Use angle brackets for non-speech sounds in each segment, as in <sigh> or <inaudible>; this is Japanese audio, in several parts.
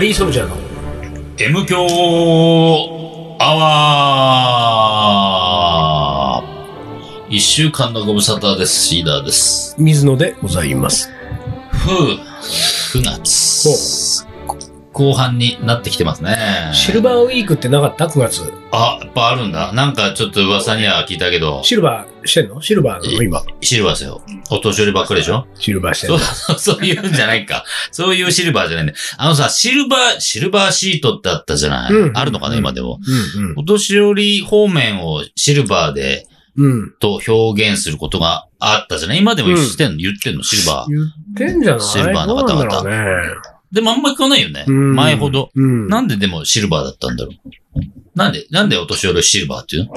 リー・ソルジャーの M 強アワー一週間のご無沙汰です。シーダーです。水野でございます。ふう、ふ夏。後半になってきてますね。シルバーウィークってなかった ?9 月。あ、やっぱあるんだ。なんかちょっと噂には聞いたけど、シルバーしてんのシルバーなの今。シルバーですよ。お年寄りばっかりでしょ <laughs> シルバーしてんそのう。そう、そういうんじゃないか。そういうシルバーじゃないんだ。あのさ、シルバー、シルバーシートってあったじゃない、うんあるのかな、今でも。うんお年寄り方面をシルバーでうん。うん。と表現することがあったじゃない今でもしてんの、言ってんのシルバー。言ってんじゃないシルバーのどう方々なんだろでもあんま聞かないよね。うね。前ほど。。うん。なんででもシルバーだったんだろう。なんで、なんでお年寄りをシルバーっていう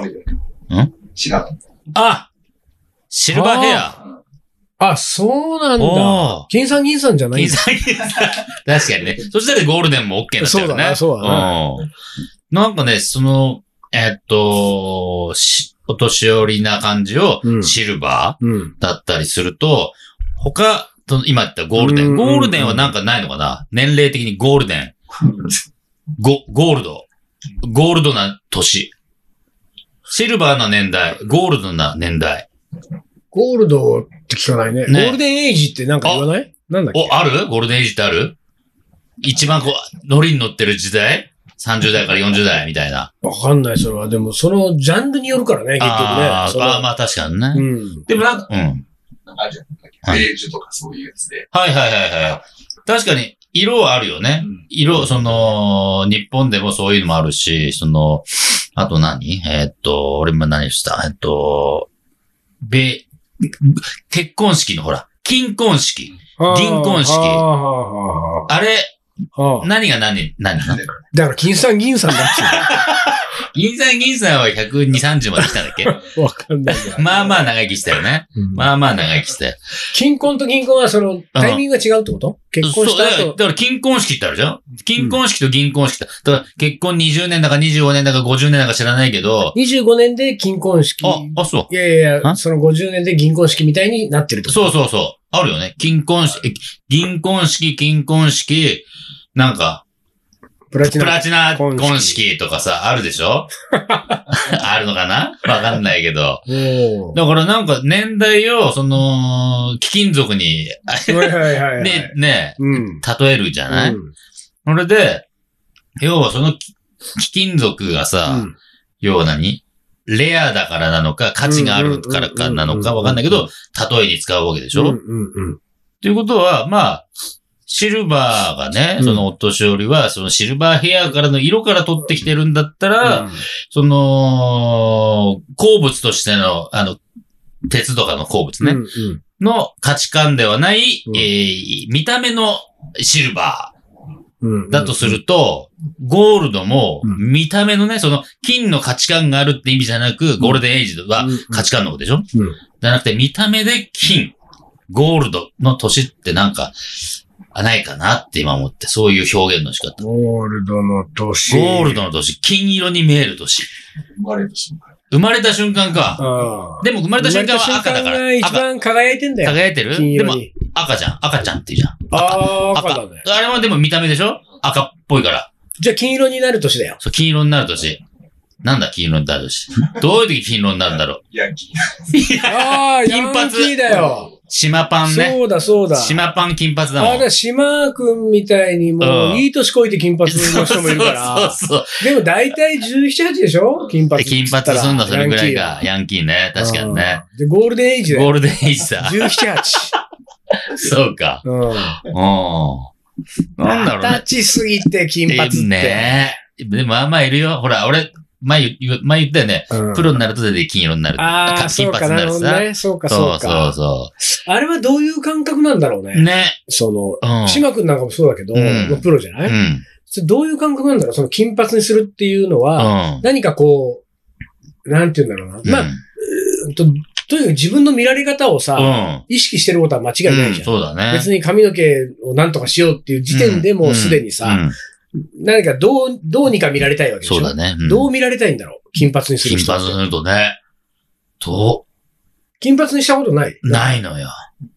の知らん。あシルバーヘアあ、そうなんだ。おー銀さん銀さんじゃない金さん、金さん確かにね。そしたらゴールデンも OK になっちゃうよね。そうだなそうだうん。なんかね、その、えっと、しお年寄りな感じをうんシルバうん。ーだったりすると、他、と今言ったゴールデうんうんうン。んゴールデンはなんかないのかな年齢的にゴールデン。ゴ、ゴールド。ゴールドな年。シルバーな年代。ゴールドな年代。ゴールドって聞かないね。ねゴールデンエイジってなんか言わないなんだっけお、あるゴールデンエイジってある一番こう、乗りに乗ってる時代 ?30 代から40代みたいな。わかんない、それは。でも、そのジャンルによるからね、結あー局ね。まあまあ確かにね。そのうん。でもなんか、うん。あるじゃん。ベージュとかそういうやつで。はいはいはいはい。確かに、色はあるよね。うん色、その、日本でもそういうのもあるし、その、あと何えーっと、俺今何したえーっと、べ、結婚式のほら、金婚式。銀婚式あーあーあーあーあれ、あー何が何、何なのだから、金さん銀さんだっ銀さん銀さんは120、30まで来たん <laughs> だっけて。わかんないな。まあまあ長生きしたよね。うんまあまあ長生きしたよ。金婚と銀婚はそのタイミングが違うってこと結婚しそうだたから後。だから、金婚式ってあるじゃん金婚式と銀婚式って。だから、結婚20年だか25年だか50年だか知らないけど、 25年で金婚式。あ、あ、そう。いやいやいや、あその50年で銀婚式みたいになってるってことそうそうそう。あるよね。金婚式、え銀婚式、金婚式、なんか、プラチプナラ。チナ婚婚式式とかさ、あるでしょ <laughs> あるのかなわかんないけど。おーだからなんか年代を、その、貴金属に、はいはいはいはい。ね、ね、うん。例えるじゃない、うんそれで、要はその貴貴金属がさ、うん要は何レアだからなのか、価値があるからかなのかわかんないけど、例えに使うわけでしょ、うんうんうん。ということは、まあ、シルバーがね、うんそのお年寄りは、そのシルバーヘアからの色から取ってきてるんだったら、その、鉱物としての、あの、鉄とかの鉱物ね、うんうんの価値観ではない、うんえー見た目のシルバうんうんーだとす。ると、ゴールドもう、ん見た目のね、その、金の価値観があるって意味じゃなく、ゴールデンエイジはうん価値観のことでしょうんじゃなくて、見た目で金、ゴールドの年ってなんか、あないかなって今思って、そういう表現の仕方。ゴールドの年。ゴールドの年、金色に見える年。生まれた瞬間。生まれた瞬間か。ああ。でも生まれた瞬間は赤生だかまられ。た瞬間赤。が一番輝いてんだよ。輝いてる金で色もに。赤じゃん。赤ちゃんっていうじゃん。ああー、赤赤だね。あれもでも見た目でしょ赤っぽいから。じゃあ金色になる年だよ。そう、金色になる年。なんだ金色になる <laughs> 年。どういう時金色になるんだろう。ヤンキああ、金ヤン髪キーだよ。島パンね。そうだそうだ。島パン金髪だあもだんか。ら島君みたいにもうう、んいい年こいて金髪そのうそ人うもいるから。 <laughs> そう。でも大体17、8でしょ金髪っつ金ったら。髪すんだ、それぐらいヤン。キがーヤンキーね。確かにね。。うんで、ゴールデンエイジだゴーよ。ルデンエイジだ。 17、8。 <laughs> <laughs> そうか。うん。うん。なんだろうね。二十歳過ぎて金髪って。ねでもまあまあいるよ。ほら、俺、前言言前言ったよね。うんプロになると大体金色になる。ああ、かそ金うか髪にななるるほどさ。ね。そうか、そそううそうか。そあれはどういう感覚なんだろうう。ね。ね。その、うん。島君なんかもそうだけど、うんまあプロじゃないうん。それどういう感覚なんだろうその金髪にするっていうのうは、ん。何かこう、なんて言うんだろうな。まあ、うんと、とにかく自分の見られ方をさ、あ、意識してることは間違ういん。なういんじゃん。そうだね。別に髪の毛を何とかしようっていう時点でもうすでにさ、うんうん何かどう、どうにか見られたいわけでしょ。そうだね。うんどう見られたいんだろう金髪にする金人っ髪てにするとね。ど金髪にしたことないう。ないいのよ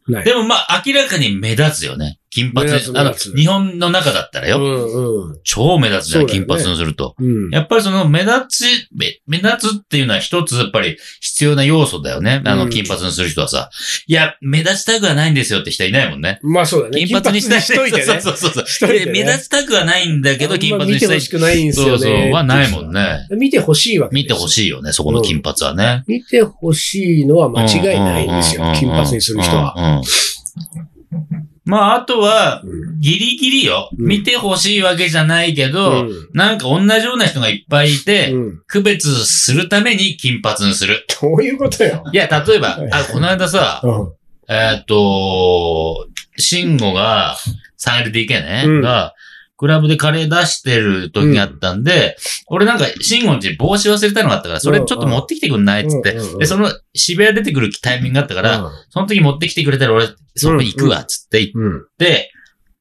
ない。でもまあ明らかに目立つよね。金髪目立つ目あの、立つ日本の中だったらうよ。んうん。超目立つじゃん、そうだよ金ね髪にすると。うん。やっぱりその目立ち、目目立つっていうのは一つやっぱり必要な要素だよね。あうの、ん金髪にする人はさ。いや、目立ちたくはないんですよって人はいないもんね。まあそうだね。金髪にしたい。金髪にしといてね。そうそうそうしそとう。いでてね目立ちたくはないんだけあんど、ま金髪に見してたいほし。くないんですよそね。うそう。はないもんね。見てほしいわけです見てほしいよね、そこの金髪はね。見てほしいのは間違いないんですよううう。う金髪にする人は。。うんうんまあ、あとは、うんギリギリよ。うん見てほしいわけじゃないけうど、んなんか同じような人がいっぱいいて、うん。区別するために金髪にする。どういうことよ。いや、例えばはい、あ、この間さ、うん。えーっと、慎吾が、3LDK ね、うんが、クラブでカレー出してる時があったんで、俺なんか、慎吾んち帽子忘れたのがあったから、それちょっと持ってきてくんないっつって、うんうんで、その、渋谷出てくるタイミングがあったから、その時持ってきてくれたら俺、そこに行くわ、つって行っうん。て、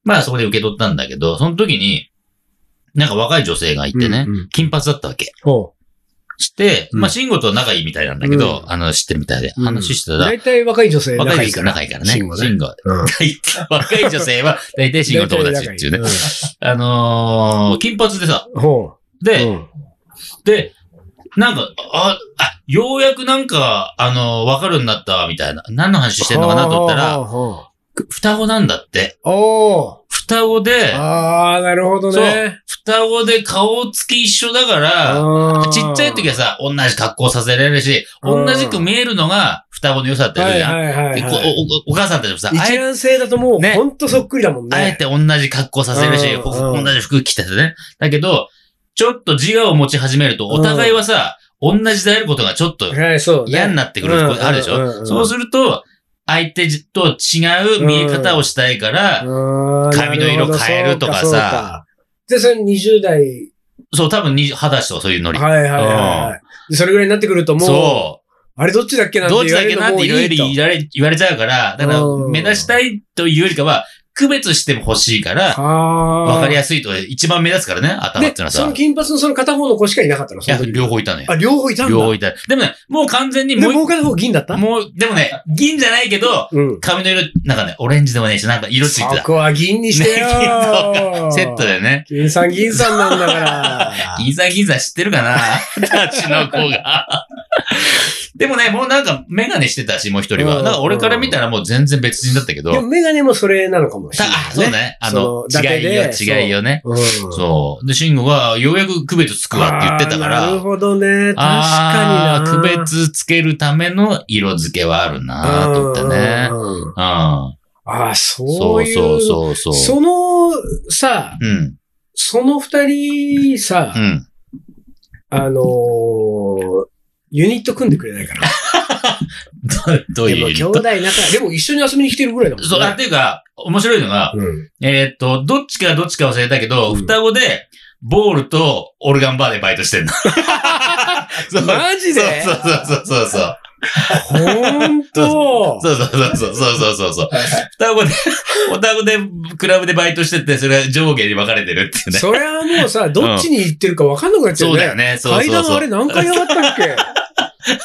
まあそこで受け取ったんだけど、その時に、なんか若い女性がいてね、うんうん金髪だったわけ。ほして、うんまあ、慎吾と仲いいみたいなんだけど、うんあの、知ってるみたいで、うん話してたう。ら、大体若い女性仲若い女いい性から。仲いいからね。慎吾ね慎吾。 <laughs> うん。大体若い女性は、大体慎吾の友達っていう <laughs> ね。大体仲いい。あのー、金髪でさ、うんほう。で、うんで、なんか、あ、あ、ようやくなんか、あのー、わかるんだったわ、みたいな。何の話してんのかなと思ったら、ほうほうほう双子なんだって。おー双子で、ああ、なるほどね。双子で顔つき一緒だから、ちっちゃい時はさ、さ、同じ格好させられるし、う同んじく見えるのが双子の良さだったりすはるいじゃん。はいはいでこはい。おおお母さんたちもさ、あ一え覧性だともう、ねほんとそっくりだもんね。あえて同じ格好させるし、うんこうん同じ服着ててね。だけど、ちょっと自我を持ち始めると、お互いはさ、同じであることがちょっとはい、そうね。嫌になってくるうんことあるでしょ、うんうんそうすると、相手と違う見え方をしたいから、うん髪の色変えるとかなさ。ほどそうかそうかで、それ20代。そう、多分に、肌とかそういうノリ。はいはいはいはい。でそれぐらいになってくるともう、そあれどっちだっけう。なんてどっち言わだれけるなのんもていいろいろい言と。われ、言われちゃうから、だからう、ん目指したいというよりかは、区別してほしいから、わわかりやすいと、一番目立つからね、頭っていうのはそのさ。金髪のその片方の子しかいなかったのいそのや、時両方いたのよ。あ、両方いたんだ。両方いた。でもね、もう完全にで、もうもう片方銀だったもう、でもね、銀じゃないけど、うん。髪の色、なんかね、オレンジでもねえし、なんか色つそいてこは銀にしてね銀よた。セットだよ <laughs> ね。銀さん銀さんなんだから。 <laughs> 銀座銀座知ってる <laughs> かなたちの子が。でもね、もうなんかメガネしてたし、もう一人は。うんだから俺から見たらもう全然別人だったけど。でもメガネもそれなのかもしたれない、ね。あ、そうね。あの、その違いよ、伊達で違いよね。うん。そう。で、慎吾が、ようやく区別つくわって言ってたかあーなるら。ほどね。確かあにーな。区別つけるための色付けはあるなと思ってねう。んうんうんうん。ああ、そそうういう。そうそうそう。その、さ、うん。その二人さ、うん。あのーユニット組んでくれないかな。どどうでいうも意兄味弟仲良い。でも一緒に遊びに来てるぐらいだもんね。そう、あ、っていうか、面白いのが、うん。えーっと、どっちかどっちか忘れたけど、うん双子で、ボールとオルガンバーでバイ <laughs> トしてんの。そうマジでそうそうそうそうそう。ほんとそうそうそうそうそうそうそう。双 <laughs> 子で、おた子で、クラブでバイトしてて、それが上下に分かれてるっていうね。それはもうさ、どっちに行ってるか分かんなくなっちゃうそうよね。だよね。そう階そう段そあうれ。何階上がったっ <laughs> け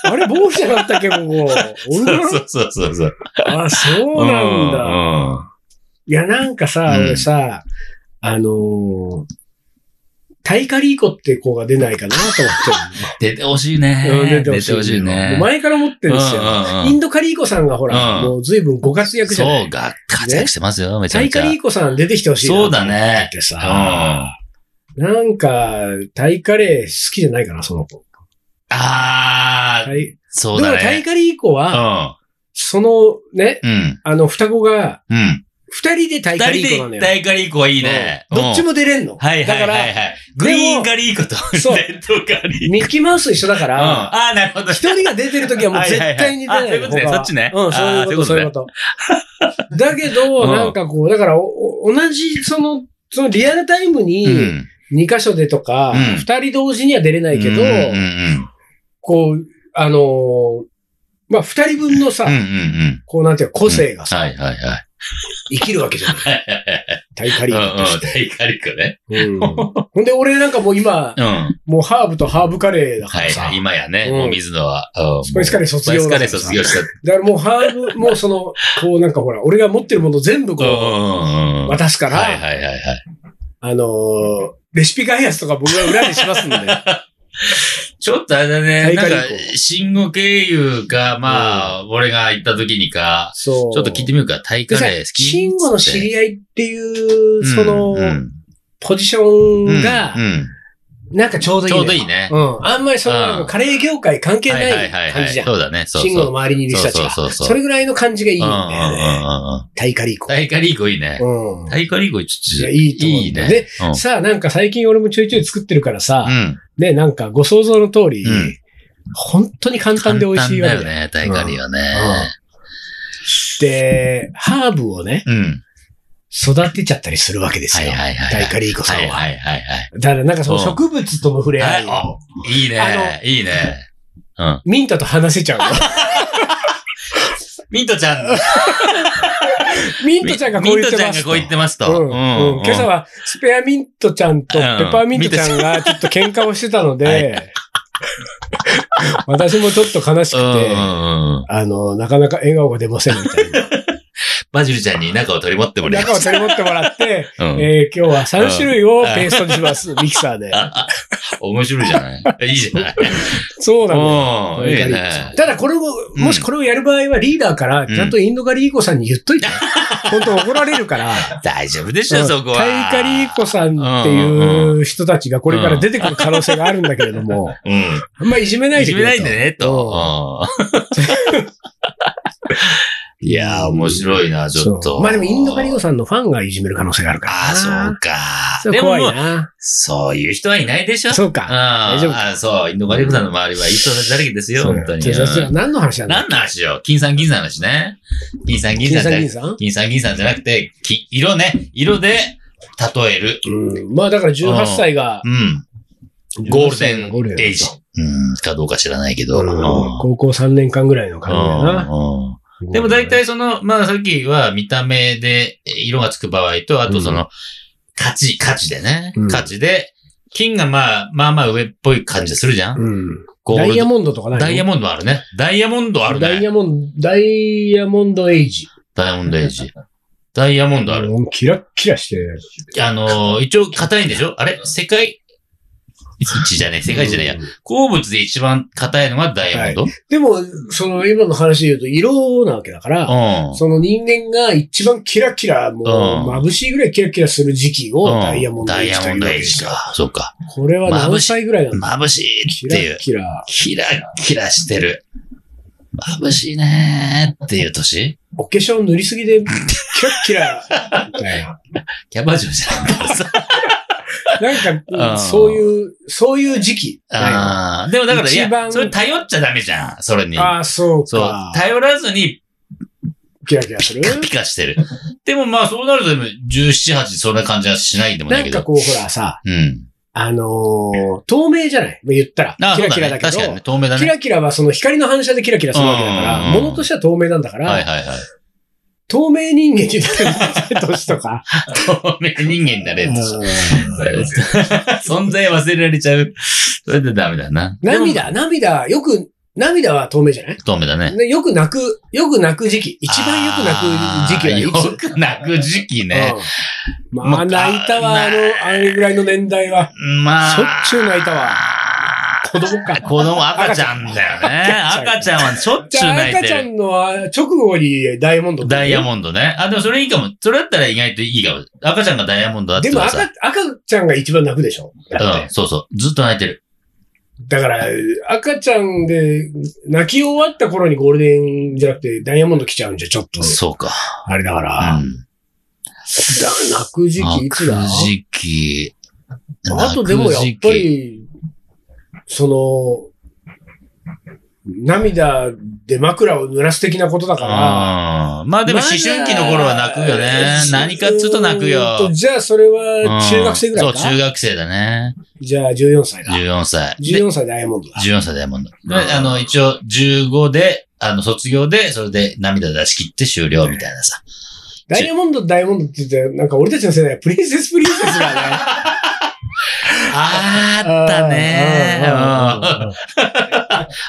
あれ、ボールじゃなかったっけ、ここ。俺がそうそうそうそう。あ、そうなんだ。いや、なんかさ、うん俺さ、あのー、タイカリーコって子が出ないかなと思出てほしい <laughs> っねてる。うん。出てほしいもねう。前から持ってるんですよ。うんうんうんインドカリーコさんがほら、うんもう随分ご活躍じゃなそ、いうが、活躍してますよ、めちゃタめイちカゃ。リーコさん出てきてほしいなそうだねってうんさ、あなんか、タイカレー好きじゃないかな、その子。あー、タイそうでだもタイね。カリーコうは、ん。そのね、うん。あの、双子が、うん。二人でタイカリ二ーコ人なのでよ。大カリーコはいいね。うんどっちも。も出れんの。はいはいはいだかはい。グリーンカリーコとそう <laughs> レッドカら、リーコ。ミッキーマウスと一緒だかうんら、ああ、なるほど。一人が出てるときはもう絶対に出ない。はいはいはいあそういうことね他はそっちねうん、そういうこと、あーそそうういいううここと。だけうんど、なんかこう、だから、おお同じ、その、そのリアルタイムうに、ん。 2箇所でとかうん、 2人同時には出れないけどうん、うんこう、あのー、まあ、2人分のさうん。うんう、んうん。こうなんていうか個性がさ、はいはいはい。生きるわけじゃない。タイカうリんうーんとし。大カリックね。て。うんほんで、俺なんかもう今、うん。はもうハーブとハーブカレーだからいさ。はい。今やね、うんもう水野は。うんスパイスカレー卒業スパイスカレーだからさ卒業した。だからもうハーブ、もうその、こうなんかほら、俺が持ってるもの全部うんうこんうんう、うん。渡すから、はいはいはいはい。あのーレシピ開発とか僕が裏でしますん <laughs> で。ちょっとあれだね、大なカんリかック、信号経由か、まあ、俺が行った時にか、そう。ちょっと聞いてみるか、タイカでさレー好き慎吾の知り合いっていう、そのうん、ポジションがうん、うんなんかちょうどいいちのょよ。うどいいね。うん。あんまりそうんの、カレー業界関係はないはいいはい感はじい。じゃんそ。うだね、そう慎そ吾う。の周りにいる人たちが。そうそうそうそうそれぐらいの感じがいいんだよね。うんうんうんうんタイカリーコ。タイカリーコいいね。うん。タイカリーコちいょやっと、いいと思ういいね。でうんさあ、なんか最近俺もちょいちょい作ってるからさ、うん。ね、なんかご想像の通り、うん本当に簡単で美味しいわけ簡だ単だよ。よね、タイカリーはうんね。で、ハーブをね、うん。育てちゃったりするわけですはいよ。はいはい。タイカリーコさんは。はいはいはいだからなんかそのうん植物との触れ合い、はいはい。いいねあ、いいね。うん。ミンタと話せちゃうよ。ミントちゃん。 <laughs> ミントちゃんがこう言ってます。ミントちゃんがこう言ってますと。うんうん今朝はスペアミントちゃんとペッパーミントちゃんがちょっと喧嘩をしてたのはで、私もちょっと悲しくうんうて、んうん。あの、なかなか笑顔が出ませんみた <laughs> いな。バジルちゃんに中を取り持ってもらいま中をし取り持ってもらって、た。うんえー今日は3種類をペーストにします、ミキサーで。面白いじ <laughs> ゃないいいじゃないそうなの。うん。いいね。ただこれを、もしこれをやる場合はリーダーから、ちゃんとインドガリーコさんに言っ <laughs> といて。本当怒られるから。大丈夫でしょ、そこは。タイカリーコさんっていう人たちがこれから出てくる可能性があるんだけれども、うん。あんまいじめないいでじくれめとないでね、と。うんいやー、面白いな、ちょっそと。うまあでもインドカリゴささんのファンがいじめる可能性があるからな。ああ、そうそか。れでも怖いもう、な。そういう人はいないでしょそううんか。あ大丈夫かーそう、インドガリフさんの周りはいい人だらけですよ、そう本当に。じゃあじゃあうん何の話なんだ何の話よ金さん銀さんの話ね。金さん銀金さんじさゃん銀さなくて、ん金さん銀さんじゃなくて、き色ね。色で例える。うん。まあだから18歳が、うん。ゴールデンエイジ。うん、かどうか知らないけど。うんうん高校3年間ぐらいの感じだな。うんうんでも大体その、まあさっきは見た目でえ色がつく場合と、あとその、価値、価値でねうん。価値で、金がまあ、まあまあ上っぽい感じするじゃん。うん。ゴダーイルヤド。モンドとかないのダイヤモンドあるね。ダイヤモンドあるね。ダイヤモンド、ダイヤモンドエイジ。ダイヤモンドエイジ。ダイヤモンドある。うんキラッキラして。あのー一応硬いんでしょあれ世界一じゃねえ、世界一じゃねえやう。ん鉱物で一番硬いのがダイヤモンド、でも、その今の話で言うと色なわけだから、うん。その人間が一番キラキラ、もううん眩しいぐらいキラキラする時期をうんダイヤモンドダエイイジヤといモンうドわけエイでジすよ。か。そうか。これは何歳ぐらいなの眩しいキっていラう。キラ。キラキラしてる。眩しいねーっていう年お化粧塗りすぎで、キラキラ。みたいな。キャバ嬢じゃんからさ。なんうんか、そういう、そういう時期。ああーでもだから、い一番や、それ頼っちゃダメじゃん。それに。あー、そうそうか。。頼らずにキラキラすピる。カピカしてる。でもまあそうなると、17、8、そんな感じはしないでもなないけんど。かこう、ほらさ、うん。あのー透明じゃないまあ言ったら。ああ、キそうラだキラね。だけ確かにどね、。透明だキね。ラキラはその光の反射でキラキラするわけだかうんうら、んうん物としては透明なんだから、はいはいはい。透明人間になる年とか。透明人間になれる。うん存在忘れられちゃう。それでダメだな。涙、涙、よく、涙は透明じゃない透明だね。でよく泣く、よく泣く時期。一番よく泣く時期あーはよいく泣く時期つ、ね。うんもうまあ、泣いたわ、ああの、あれぐらいの年代は。 <laughs> まあ。しょっちゅう泣いたわ。子供か。子供赤ちゃんだよね。赤赤ちゃんはしょっじちゅうゃあ、泣い赤てちゃる。んのあ直後にダイヤモンド。ダイヤモンドね。あ、でもそれいいかも。それだったら意外といいかも。赤ちゃんがダイヤモンドだっでたもら赤さ。、赤ちゃんが一番泣くでしょだうん、そうそう。ずっと泣いてる。だから、赤ちゃんで泣き終わった頃にゴールデンじゃなくてダイヤモンド来ちゃうんじゃ、ちょっと、そうか。あれだから。うん。だ泣く時期いつだ泣く時期。あとでもやっ泣ぱく時期。り、その、涙で枕を濡らす的なことだから。うん。まあでも思春期の頃は泣くよね。まだ何かっつうと泣くよ。うんとじゃあそれはうん中学生ぐらいか。そう、中学生だね。じゃあ14歳だ。 14歳。で14歳でダイヤモンドだ。 14歳ダイヤモンド。で、うんあの、一応、15で、あの、卒業で、それで涙出し切って終了みたいなさ。ダイヤモンド、ダイヤモンドって言って、なんか俺たちの世代はプリンセス、プリンセスがね。あーあったねー。うん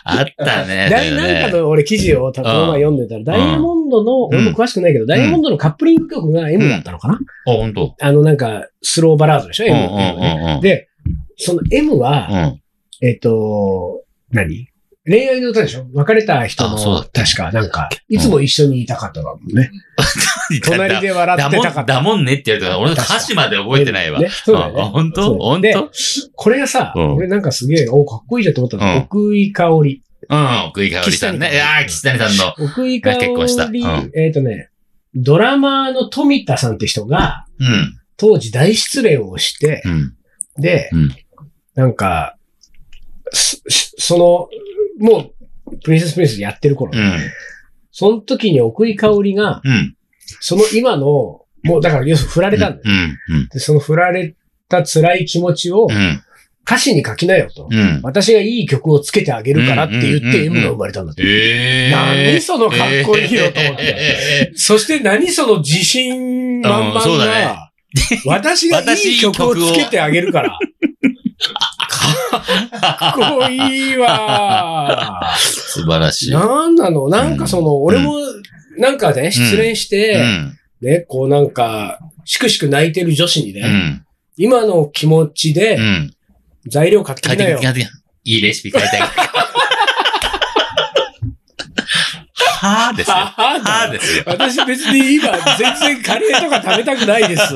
あっ <laughs> たね。ダイだよなんねかの俺記事をたこの前読んでたら、ダイヤモンドの、俺も詳しくないけど、ダイヤモンドのカップリング曲が M だったのかな、あ、ほんと。あのなんか、スローバラードでしょうん ?M うってんういうのはね。んうん。で、その M は、うん。えっ、と、何恋愛の歌でしょ別れた人のあそうだ、っ確か、なんか、いつも一緒にいたかっただもんね。隣で笑だってもたかん、っだた。もんねって言われたから、俺の歌詞まで覚えてないわ。ね、そうだよね。あ本当そう本で当うん。これがさ、うん俺なんかすげえ、お、かっこいいじゃんと思ったの。うん奥井香織。奥井香織さん岸ね。い谷やー、岸谷さんの。奥井香織。結婚したうんえっ、とね、ドラマーの富田さんって人が、うん。当時大失恋をして、うん。で、うんなんか、すしその、もう、プリンセスプリンセスやってる頃、うん。その時に奥井香織が、うん。その今の、もうだから要するに振られたんだよ。うん。うん。で、その振られた辛い気持ちをうん。歌詞に書きなよと。うん。私がいい曲をつけてあげるからって言っうんてうんうん M が生まれたんだって。ええー。何そのかっこいい <laughs> よと思って。えそして何その自信満うん々そうだな、私がいい曲をつけてあげるから。かっこいい <laughs> わ。ー素晴らしい。なんなのなんかその、俺も、なんかね、失恋しうて、ん。ね、こうなんか、しくしく泣いてる女子にうね、ん。今の気持ちうでん。材料買って書いきなてよき。ていいレシピ書いてあげる。はぁですよ。ははぁで <laughs> すよ。私別に今、全然カレーとか食べたくない <laughs> です。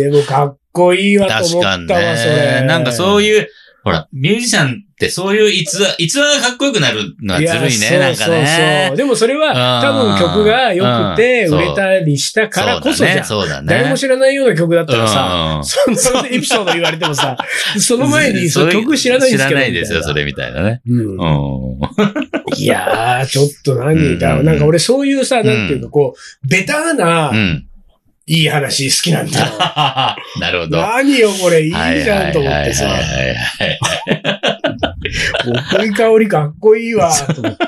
でもかっこいいわと思確ったかわ、にそれね。。なんかそういいう、ほら、ミュージシャンってそういう逸話、逸話がかっこよくなるのはずるいやね、なんかそうそうそうね。でもそれは、多うん分曲が良くて、うん売れたりしたからこそじゃん。そうだね。そうだね。誰も知らないような曲だったらさ、うんそんなエピソード言われても <laughs> さ、その前にその曲知らないんですけど。知らないですよ、みたそれみたいなね。いな。うんうん。いやー、ちょっと何だろうう。んなんか俺そういうさ、なんていうかこう、ベターなう、ん。 <laughs> いい話好きなんだよ。なるほど。何よ、これ、いいはいじゃんと思ってさはい、はいはいはい奥井香りかっこいいわ、と思って。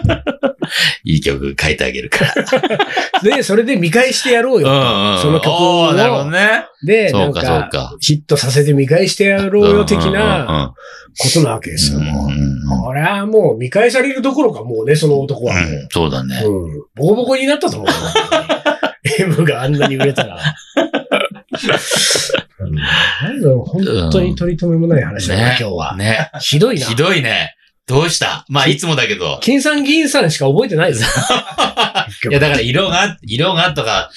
いい曲書いてあげる <laughs> から。で、それで見返してやろうよ。うんうんその曲をおーなるほどね。で、そなうんか、そうか、か。ヒットさせて見返してやろうよ的うんうんなうんことなわけですよ。もううんこれはもう見返されるどころかもうね、その男はもうんそうだね。う。うん。ボコボコになったと思うよ。M があんなに売れたら。うんなんだろう本当に取り留めもない話だな、ね今日は。ね。ひどいなひ。どいね。どうしたまあ、いつもだけど。金さん銀さんしか覚えて <laughs> ないです。いや、だから色が、色がとか、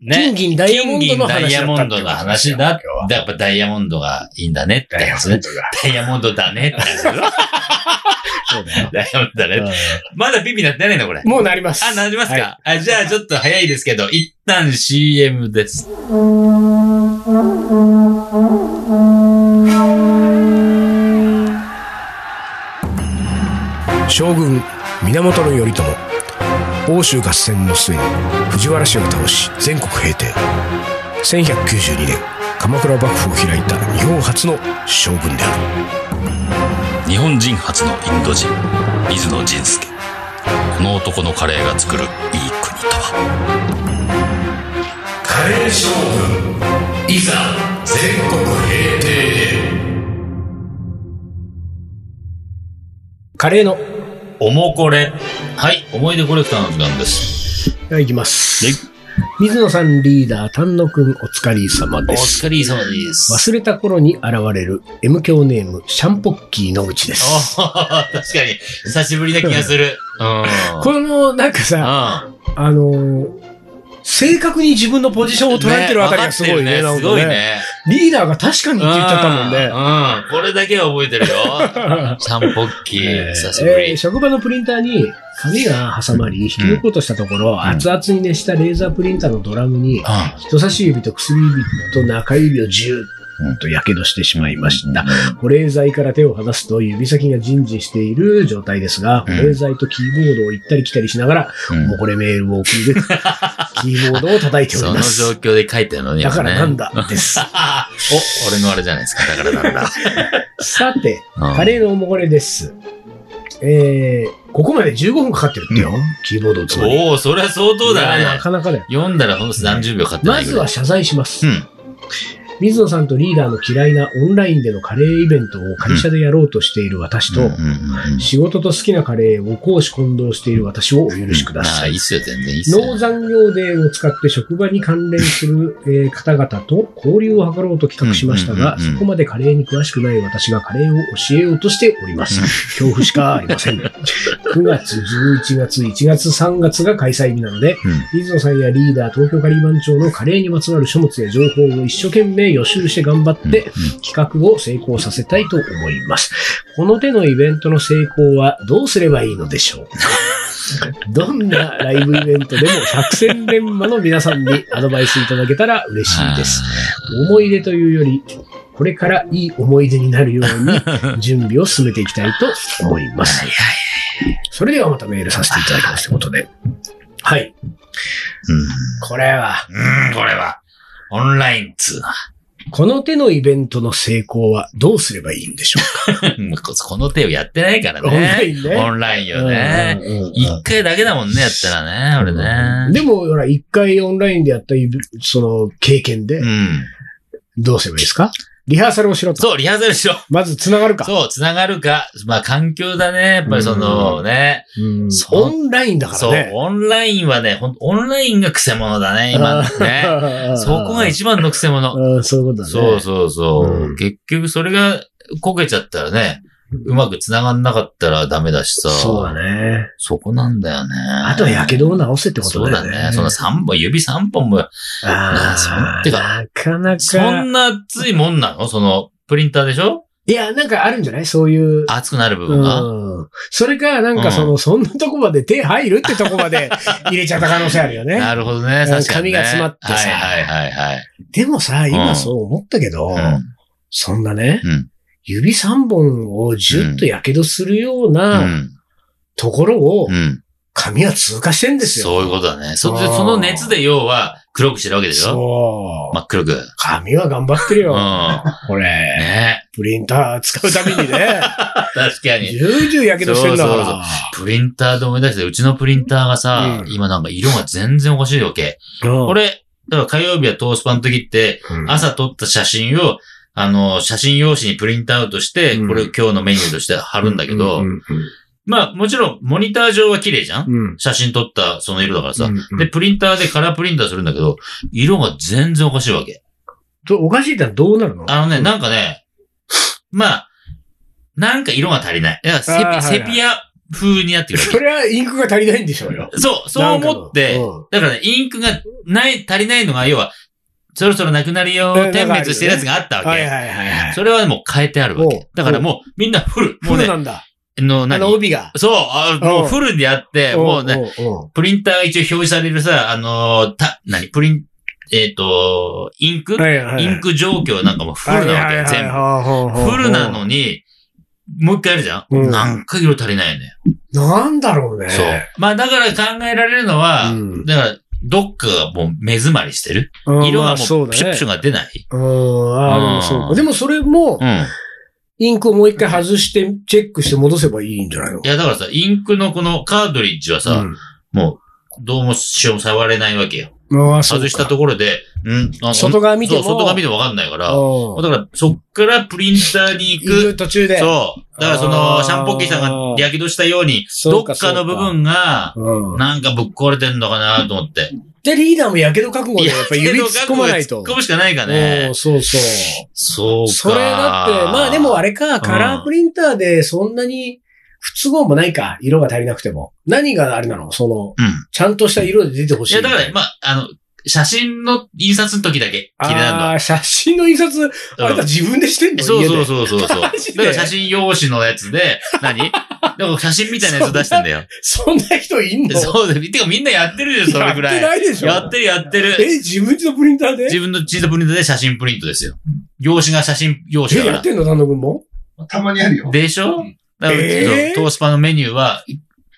金ね。銀ダイヤモンドの金銀ダ話イだヤっモたンってドいうのこと話ですだよ今。日はやっぱダイヤモンドがいいんだねってダイヤやモつンね。ドが。ダイヤモンドだねってやつ。 <laughs> そうだよダイヤモンドだね。まだビビなってないのこれ。もうなります。あ、なりますはいか、あじゃあちょっと早いですけど、一旦 CM です。将軍源頼朝欧州合戦の末に藤原氏を倒し全国平定1192年鎌倉幕府を開いた日本初の将軍である日本人初のインド人水野仁介この男のカレーが作るいい国とはカレー将軍いざ全国平定カレーのおもこれ。はい、思い出コレクターの時間です。いきます水野さんリーダー丹野くんお疲れ様おです疲れ様です。忘れた頃に現れる M 教ネームシャンポッキー野口ですおー確かに、久しぶりな気がする。うん。この、なんかさ、うんあのー正確に自分のポジションを捉えてるあたりがすごいね。ねなわかんってかね。るねすごいね。リーダーが確かにって言っちゃったもんね。うん。うんこれだけは覚えてるよ。 <laughs> ちゃんぽっきー、久しぶえーり。職場のプリンターに紙が挟まり引き抜こうとしたところ、熱々に熱したレーザープリンターのドラムに人差し指と薬指と中指をジューッとやけどしてしまいました。保冷剤から手を離すと指先がジンジンしている状態ですが、保うん冷剤とキーボードを行ったり来たりしながら、うんうんもうこれメールを送 <laughs> るべく、キーボードを叩いておそりのます。状況で書いてるのね。だからなんだ。だ <laughs> です。お、俺のあれじゃないですか。だからなんだ。さて、うんカレーのおもこれです。えー、ここまで15分かかってるってよ。キーボードをつまり。おお、それは相当だいやなね。かなかだよ。読んだらほんと何十秒かかってなまいぐずら。はい謝罪します。うん。水野さんとリーダーの嫌いなオンラインでのカレーイベントを会社でやろうとしている私と、うんうんうんうん仕事と好きなカレーを講師混同している私をお許しくだまさあ、い。いいっすよ、全然いいっすよ。農残業デーを使って職場に関連する、えー方々と交流を図ろうと企画しましたが、うんうんうんうんそこまでカレーに詳しくない私がカレーを教えようとしております。恐怖しかありませ <laughs> ん。9月、11月、1月、3月が開催日なので、水野さんやリーダー、東京カリー番長のカレーにまつわる書物や情報を一生懸命予習して頑張って、企画を成功させたいと思います。この手のイベントの成功はどうすればいいのでしょうか <laughs> どんなライブイベントでも百戦錬磨の皆さんにアドバイスいただけたら嬉しいです。思い出というより、これからいい思い出になるよ <laughs> うに準備を進めていきたいと思います。それではまたメールさせていただきますということで。はい。これは、うん、これは、オンラインっつうな。この手のイベントの成功はどうすればいいんでしょこの手をやってないからうかオンラね。インね。オンラインよね。うんうんうん一回だけだもんね、やったらね、俺ね。でも、ほら、一回オンラインでやったイベ、その、経験でう、ん。どうすればいいですかリハーサルをしろと。そう、リハーサルしろ。まず、繋がるか。そう、繋がるか。まあ、環境だね。やっぱりそのね。うんそうオンラインだかそらう、ね。オンラインはね、ほんとオンラインが癖者だね、<laughs> 今ね。ねそこが一番の癖者。番。そういうことだね。そうそうそう。うん結局それがこけちゃったらね、うまく繋がんなかったらダメだしさ。そうだね。そこなんだよね。あとは、やけどを治せってこそとうだだよね。ね。その三本、指三本も、あそあん、てかなかなそか。んな熱いもんなのその、プリンターでしょいや、なんかあるんじゃないそういう。熱くなる部分が。うん。それか、なんかその、そんなとこまで手入るってとこま <laughs> で入れちゃった可能性あるよね。なるほどね。確かに、ね。紙が詰まってさはいはいはいはい。でもさ、う今んそう思ったけど、うんそんなね、うん指3本をジュッと火傷するようう。なんところをうん。髪は通過してんですよ。そういうことだね。そ、うんその熱で要は黒くしてるわけでしょそう。真っ黒く。うん。髪は頑張ってるよ。これ、ねプリンター使うため <laughs> にね、確かに。重々火傷してんだから。そうプリンターで思い出して、うちのプリンターがさ、うん今なんか色が全然おかしいわけ。うんこれ、だから火曜日はトースパの時って、うん朝撮った写真を、あの、写真用紙にプリントアウトして、うんこれ今日のメニューとして貼るんだけど、うんうんまあもちろんモニター上は綺麗じゃんうん。写真撮ったその色だからさ。うんうんで、プリンターでカラープリンターするんだけど、色が全然おかしいわけ。とおかしいってのはどうなるのあのね、なんかね、まあ、なんか色が足りない。いやセピあーはいセはいピア風になってくる <laughs> わそれはインクが足りないんでしょうよ。け。そう、そう思って、だからね、インクがない、足りないのが、要は、そろそろなくなるようん、点滅してるやつがあっなたんかのうんわはいけ。はいはいはい。それはもう変えてあるわおうけ。だからもう、みんなフル。ももううね、なんだ。の、あの何帯が。そう、あもうフルでやって、もうね、んうんうんプリンターが一応表示されるさ、あのー、た、何、プリン、えっ、と、インク、はいはいはいインク状況なんかもフルなわけ、全部。部フルなのに、もう一回やるじゃん、うんなんか色足りないよね。なんだろうね。そう。まあだから考えられるのは、うんだから、どっかがもう目詰まりしてる。うん色まがあもそうだプシュプシュね。が出ない。うん、ああ、でもそううか。んでもそれもうん。、いインクをもう一回外して、チェックして戻せばいいんじゃないのやだからさ、インクのこのカートリッジはさ、もう、どうもしようも触れないわけよ。うん、ああ、そうか外したところで、うん、あ外側見ても。そう、外側見てもわかんないから。うだから、そっからプリンターに行んいく。る途中で。そう。だからそあの、ーシャンポッキーさんがやけどしたように、そどうっかの部分が、うん。なんかぶっ壊れてんのかなと思って。で、リーダーもやけど覚悟で、やっぱり指突っ込まない <laughs> やとけど覚悟突っ込。むしかないかうねん。そうそう。そうか。それだって、まあでもあれか、カラープリンターでそんなに不都合もないか、色が足りなくても。何があれなのその、うん。ちゃんとした色で出てほしいいや、みただいかな。ら、まあ、あの、写真の印刷の時だけ気になるのあは。ー写真の印刷、うんあなた自分でしてんのそうそうう。そうそう <laughs> そう。だかジでら写真用紙のやつで、 <laughs> 何でも写真みたいなやつ出してんだよ。そんな人いんのそうで、てかみんなやってるでしょ、それぐら。やってないいでしょやってるやってえ、る。自分ちのプリンターで自分の小さプリントで写真プリントですよ。用紙が写真用紙え、だやっかてんの丹野くんもたまにあるよら。。でしょだから、えーそうトースパのメニューは、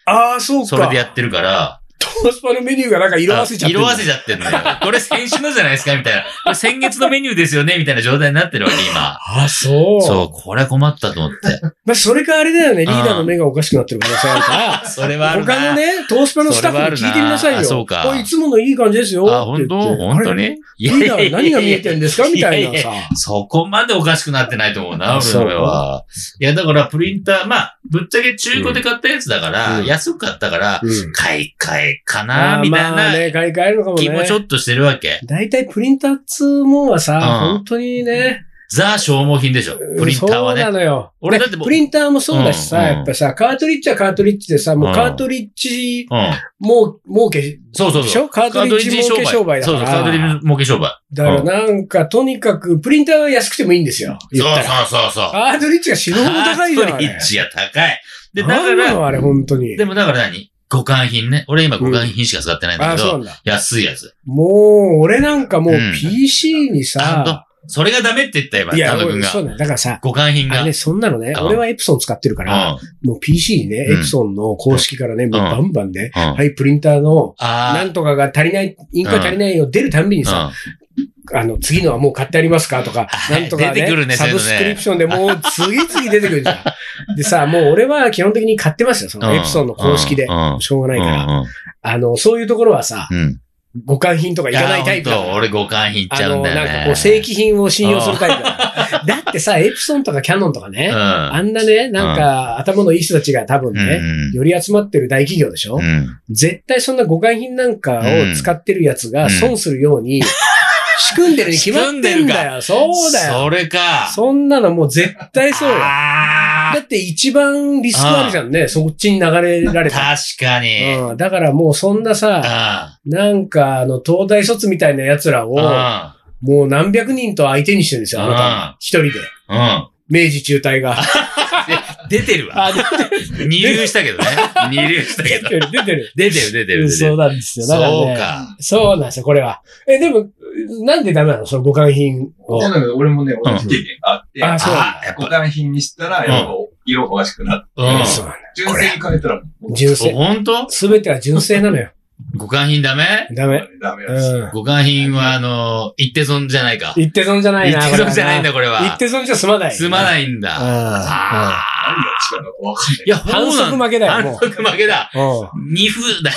ああ、そうか。それでやってるから、トコスパのメニューがなんか色あせちゃってる色あせちゃってんだよ。これ先週のじゃないですかみたいな。これ先月のメニューですよねみたいな状態になってるわけ、今。あ、そう。そう、これ困ったと思って。まあ、それかあれだよね。リーダーの目がおかしくなってる可能性あるから。それはあるな。他のね、トースパのスタッフに聞いてみなさいよ。それはあるなあそうかこれいつものいい感じですよ。あ、本当って言って本当あれにいリーダー何が見えてるんですかみたいやなやさ。そこまでおかしくなってないと思うな、あ俺そうは。いや、だからプリンター、まあ、ぶっちゃけ中古で買ったやつだから、うん安く買ったから、うん。買い替えかあな、ーみたいまあなね、買い替えるのかもね。気もちょっとしてるわけ。大体プリンターっつうもんはさ、うん本当にね、ザ消耗品でしょ、プリンターはそうなね。のよ。俺でだってもうプリンターもそうだしさ、うんうんやっぱさ、カートリッジはカートリッジでさ、もうカートリッジうん。もう、儲け、そうそうでしそう。ょカートリッジ儲け商売だかそうら。そう、カードリッジ儲け商売。だからなんか、とにかく、プリンターは安くてもいいんですよ。そう言ったそらうそうそう。カートリッジが死ぬほど高いじゃん。カードリッジが高い。で、だあかれなんなら、のあれ、本当に。でもだから何互換品ね。俺今互換品しか使ってないんあだあ、けそうなんど、だ。安いやつ。もう、俺なんかもううん PC にあさ、それがダメって言った今、いや、田野君そうが。だよ。だからさ、互換品あが。れね、そんなのね、うん俺はエプソン使ってるから、うんもう PC にね、エうんプソンの公式からね、もうバンバンね、うんはい、プリンターの、なあんとかが足りない、インクが足りないよ、出るたんびにさ、あ、あの、次のはもう買ってありますかとか、はいなんとか出てくるねね、サブスクリプションでも <laughs> う次々出てくるじゃん。でさ、もう俺は基本的に買ってますよ、そのエプソンの公式でうん。うんしょうがうないんから。あの、そういうところはさ、うんうん。互換品とかいらないタイプだやかほんらと俺互換品いっちあゃうんの、だよね。なんかこう、正規品を信用するタイプだ <laughs> から。だってさ、エプソンとかキャノンとかね、あんなね、なんか頭のいい人たちが多分うん。うね、んより集まってる大企業でしょうん。絶対そんな互換品なんかを使ってるやつが損するよう <laughs> に、仕組んでるに決まってん仕組んでだよ。そうだよ。それか。そんなのもう絶対そうよ。だあって一番リスクあるじゃんね。そっちに流れられーたら。確かに。うん、だからもうそんなさ、あなんかあの、東大卒みたいな奴らを、あ。もう何百人と相手にしてるんですよ、あなたうんは。一人で。うん。うん。明治中退 <laughs> が。出てるわ。あ、出てる、二流したけどね。二流したけ <laughs> 出てる、ど。出てる。出てる、出てる。出てそうるなんですよ。だから、ね。そうか。そうなんですよ、これは。え、でも、なんでダメなのその互換品を。なので、俺もね、同じ経験があって、あそうあ、やっ五ぱ。段品にしたら、やっぱ、色がおかしくなって、うん。そうなんだ純正に変えたら、もう純そう正。本当すべては純正なのよ。互換品ダメダメ。ダメだし。うん。互換品は、あの、一手損じゃないか。一手損じゃない一な。手損じゃないんこだ、これれははな。一。手損じゃ済まない。すまい。ないんだ。ああ何あ。が違うのか分かんないい。や、反則負けだよもう反則負けだ。あ。うん。うん。二風だ。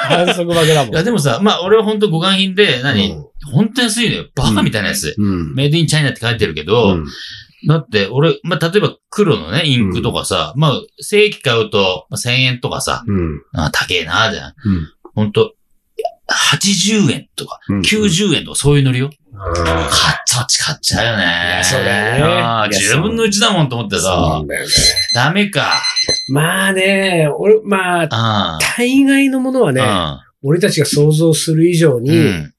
反則負けだも <laughs> いや、ん。でもさ、まあ、俺は本当互換品で、う何本当安いのよ。バカみたいなやつ。うん。メイドインチャイナって書いてるけうど、んだって俺、まあ、例えば黒のね、インクとかさ、まあ、正規買うとまあ1000円とかさ、うん。あ高えな、じゃん。うんほんと、80円とか、うん90円とかそういうノリよ。あ買っちゃ、買っちゃうよいね。やそうだよねああいや10分の1だもんと思ってーそうなさん、だよねダメか。まあね、俺、まあ、あ大概のものはね、あ、俺たちが想像する以上うん。うに、ん。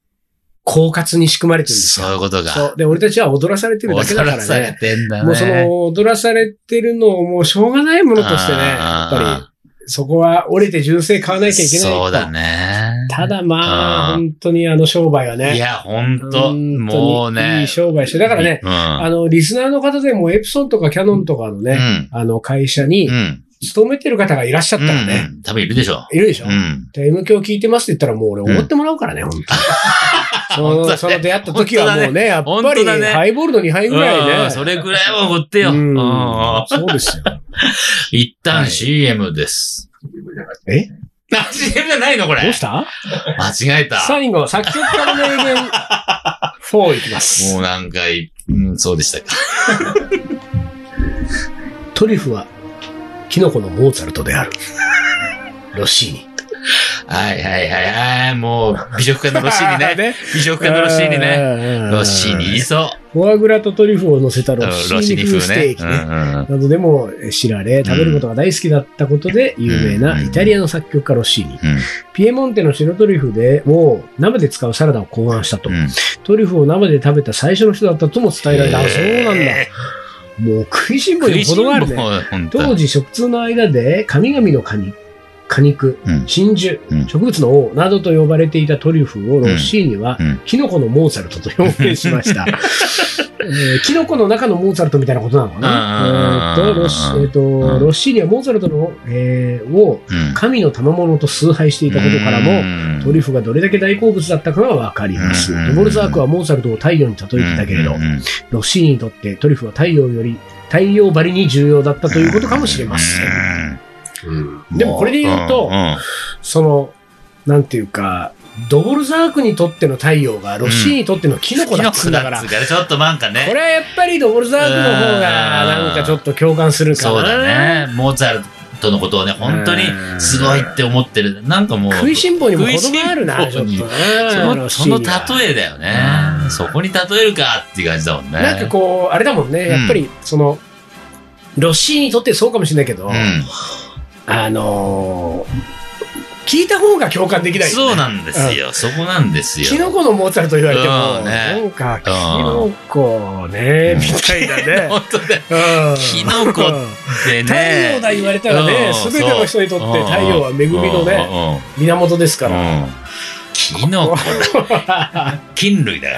狡猾に仕組まれてるんですよ。そういうことが。そう。で、俺たちは踊らされてるだけだか踊らさられね。てんだね。もうその、踊らされてるのをもうしょうがないものとしてね、やあっーぱり、そこは折れて純正買わなきゃいけない。そうだ。ね。ただまああ、ー本当にあの商売はね。いや、ほんと、本当にもうね。いい商売して。だからね、うん。あの、リスナーの方でもエプソンとかキャノンとかのうね、ん。あの、会社にうん。勤めてる方がいらっしゃったらうんね、うん。多分いるでしょいるでしう。ょうん。で M 響聞いてますって言ったらもう俺うん思ってもらうからね、本 <laughs> 当本当に。だその、そねの出会った時はもうね、やっ本ぱ当り、だねハイボールの2杯ぐらいうんうねん。それぐらいは怒ってよ。ううんん。そうですよ。一は旦い CM です。えあ CM じゃないのこれ。どうした間違えた。最後、作曲家の名言4いきます。もうなんかい、うん、そうでしたか。トリュフは、キノコのモーツァルトである。ロッシーニ。はいはいはいはい。もう、美食家のロッシーニ <laughs> ね。ね。美食家のロッシーニね。ねロッシーニ言いそう。フォアグラとトリュフを乗せたうんロロッッシシーーニニ風風ステーね。キうね。んうんなどでも知られ、食べることが大好きだったことで有名うんなうんイタリアの作曲家ロッシーニ。うんピエモンテの白トリュフでを生で使うサラダを考案したと。うん。トリュフを生で食べた最初の人だったとも伝えられた。あそうなんだ。へもう食いしん坊ー。食にいしん程坊があるね。ほんと当時食通の間で神々のカニ果肉、うん真珠、うん植物の王などと呼ばれていたトリュフをロッシーニは、うんキノコのモーツァルトと表現しま <laughs> した。えーキノコの中のモーツァルトみたいなことなのかな。うんえーっとロッシえーっとんロッシーニはモーツァルトの、えーをうん。神の賜物と崇拝していたことからも、もトリュフがどれだけ大好物だったかがわかります。うんドボルザークはモーツァルトを太陽に例えていたけれど、ロッシーニにとってトリュフは太陽より太陽張りに重要だったということかもしれません。うんでもこれで言うと、その、なんていうか、ドボルザークにとっての太陽がロッシーニにとってのキノコキだノっつうコんだかだっら、つうこから、ちょっとなんかね。れはやっぱりドボルザークの方が、なんかちょっと共感するかな。そうだね。モーツァルトのことをね、本当にすごいって思ってる。なんかもう、食いしん坊にも程があるな、食いちょしっんと坊にね。そのそのえ。例えだよねう。んそこに例えるかっていう感じだもんね。なんかこう、あれだもんね、やっぱり、その、ロッシーニにとってそうかもしれないけど、うんあのー聞いた方が共感できないよね、そうなんですよ。そこなんですよ。キノコのモーツァルト言われても、うんねなんか、キノコね、うんみたいなね。本当だよ。うんキノコっでね。太陽だ言われたらね、うすんべての人にとってそう太陽は恵みのね、ね。源ですうかんら。うんキノ <laughs> コだ。菌類だか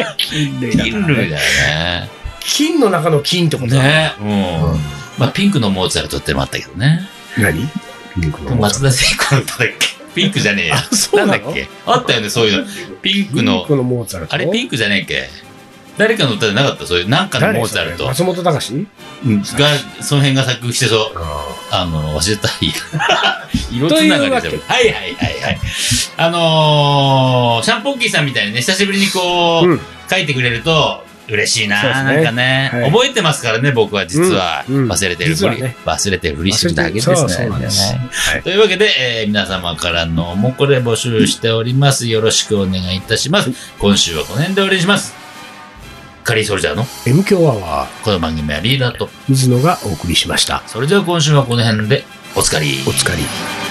ら。菌類だからね菌類だよね。金の中の金ってことだ。ね。うん。まあ、ピンクのモーツァルトってのもあったけどね。何松田聖子だったっけピンクじゃねえや。そうななんだのっけあったよね、そういうの。ピンクの、このモーツァルト。あれピンクじゃねえっけ誰かの歌でなかったそういう、なんかの誰モーツァルトそれ松本隆うんが、その辺が作曲してそう。あの、忘れた。 <laughs> いや色つながりとじいゃん。はいはいはいはい。あのーシャンポッキーさんみたいにね、久しぶりにこう、うん書いてくれると、嬉しいな、そうですねなんかね、はい覚えてますからね、僕は実は。うんうん忘れてるふ実はり、ね忘れてるふりしてるだけですね。そうそうなんですねというわけで、えー皆様からのおもこれ募集しております。よろしくお願いいたします。今週はこの辺で終わりにします。カリーソルジャーの ?M 強アワー、この番組はリーダーと、水野がお送りしました。それでは今週はこの辺でおつかり。お疲れ。 「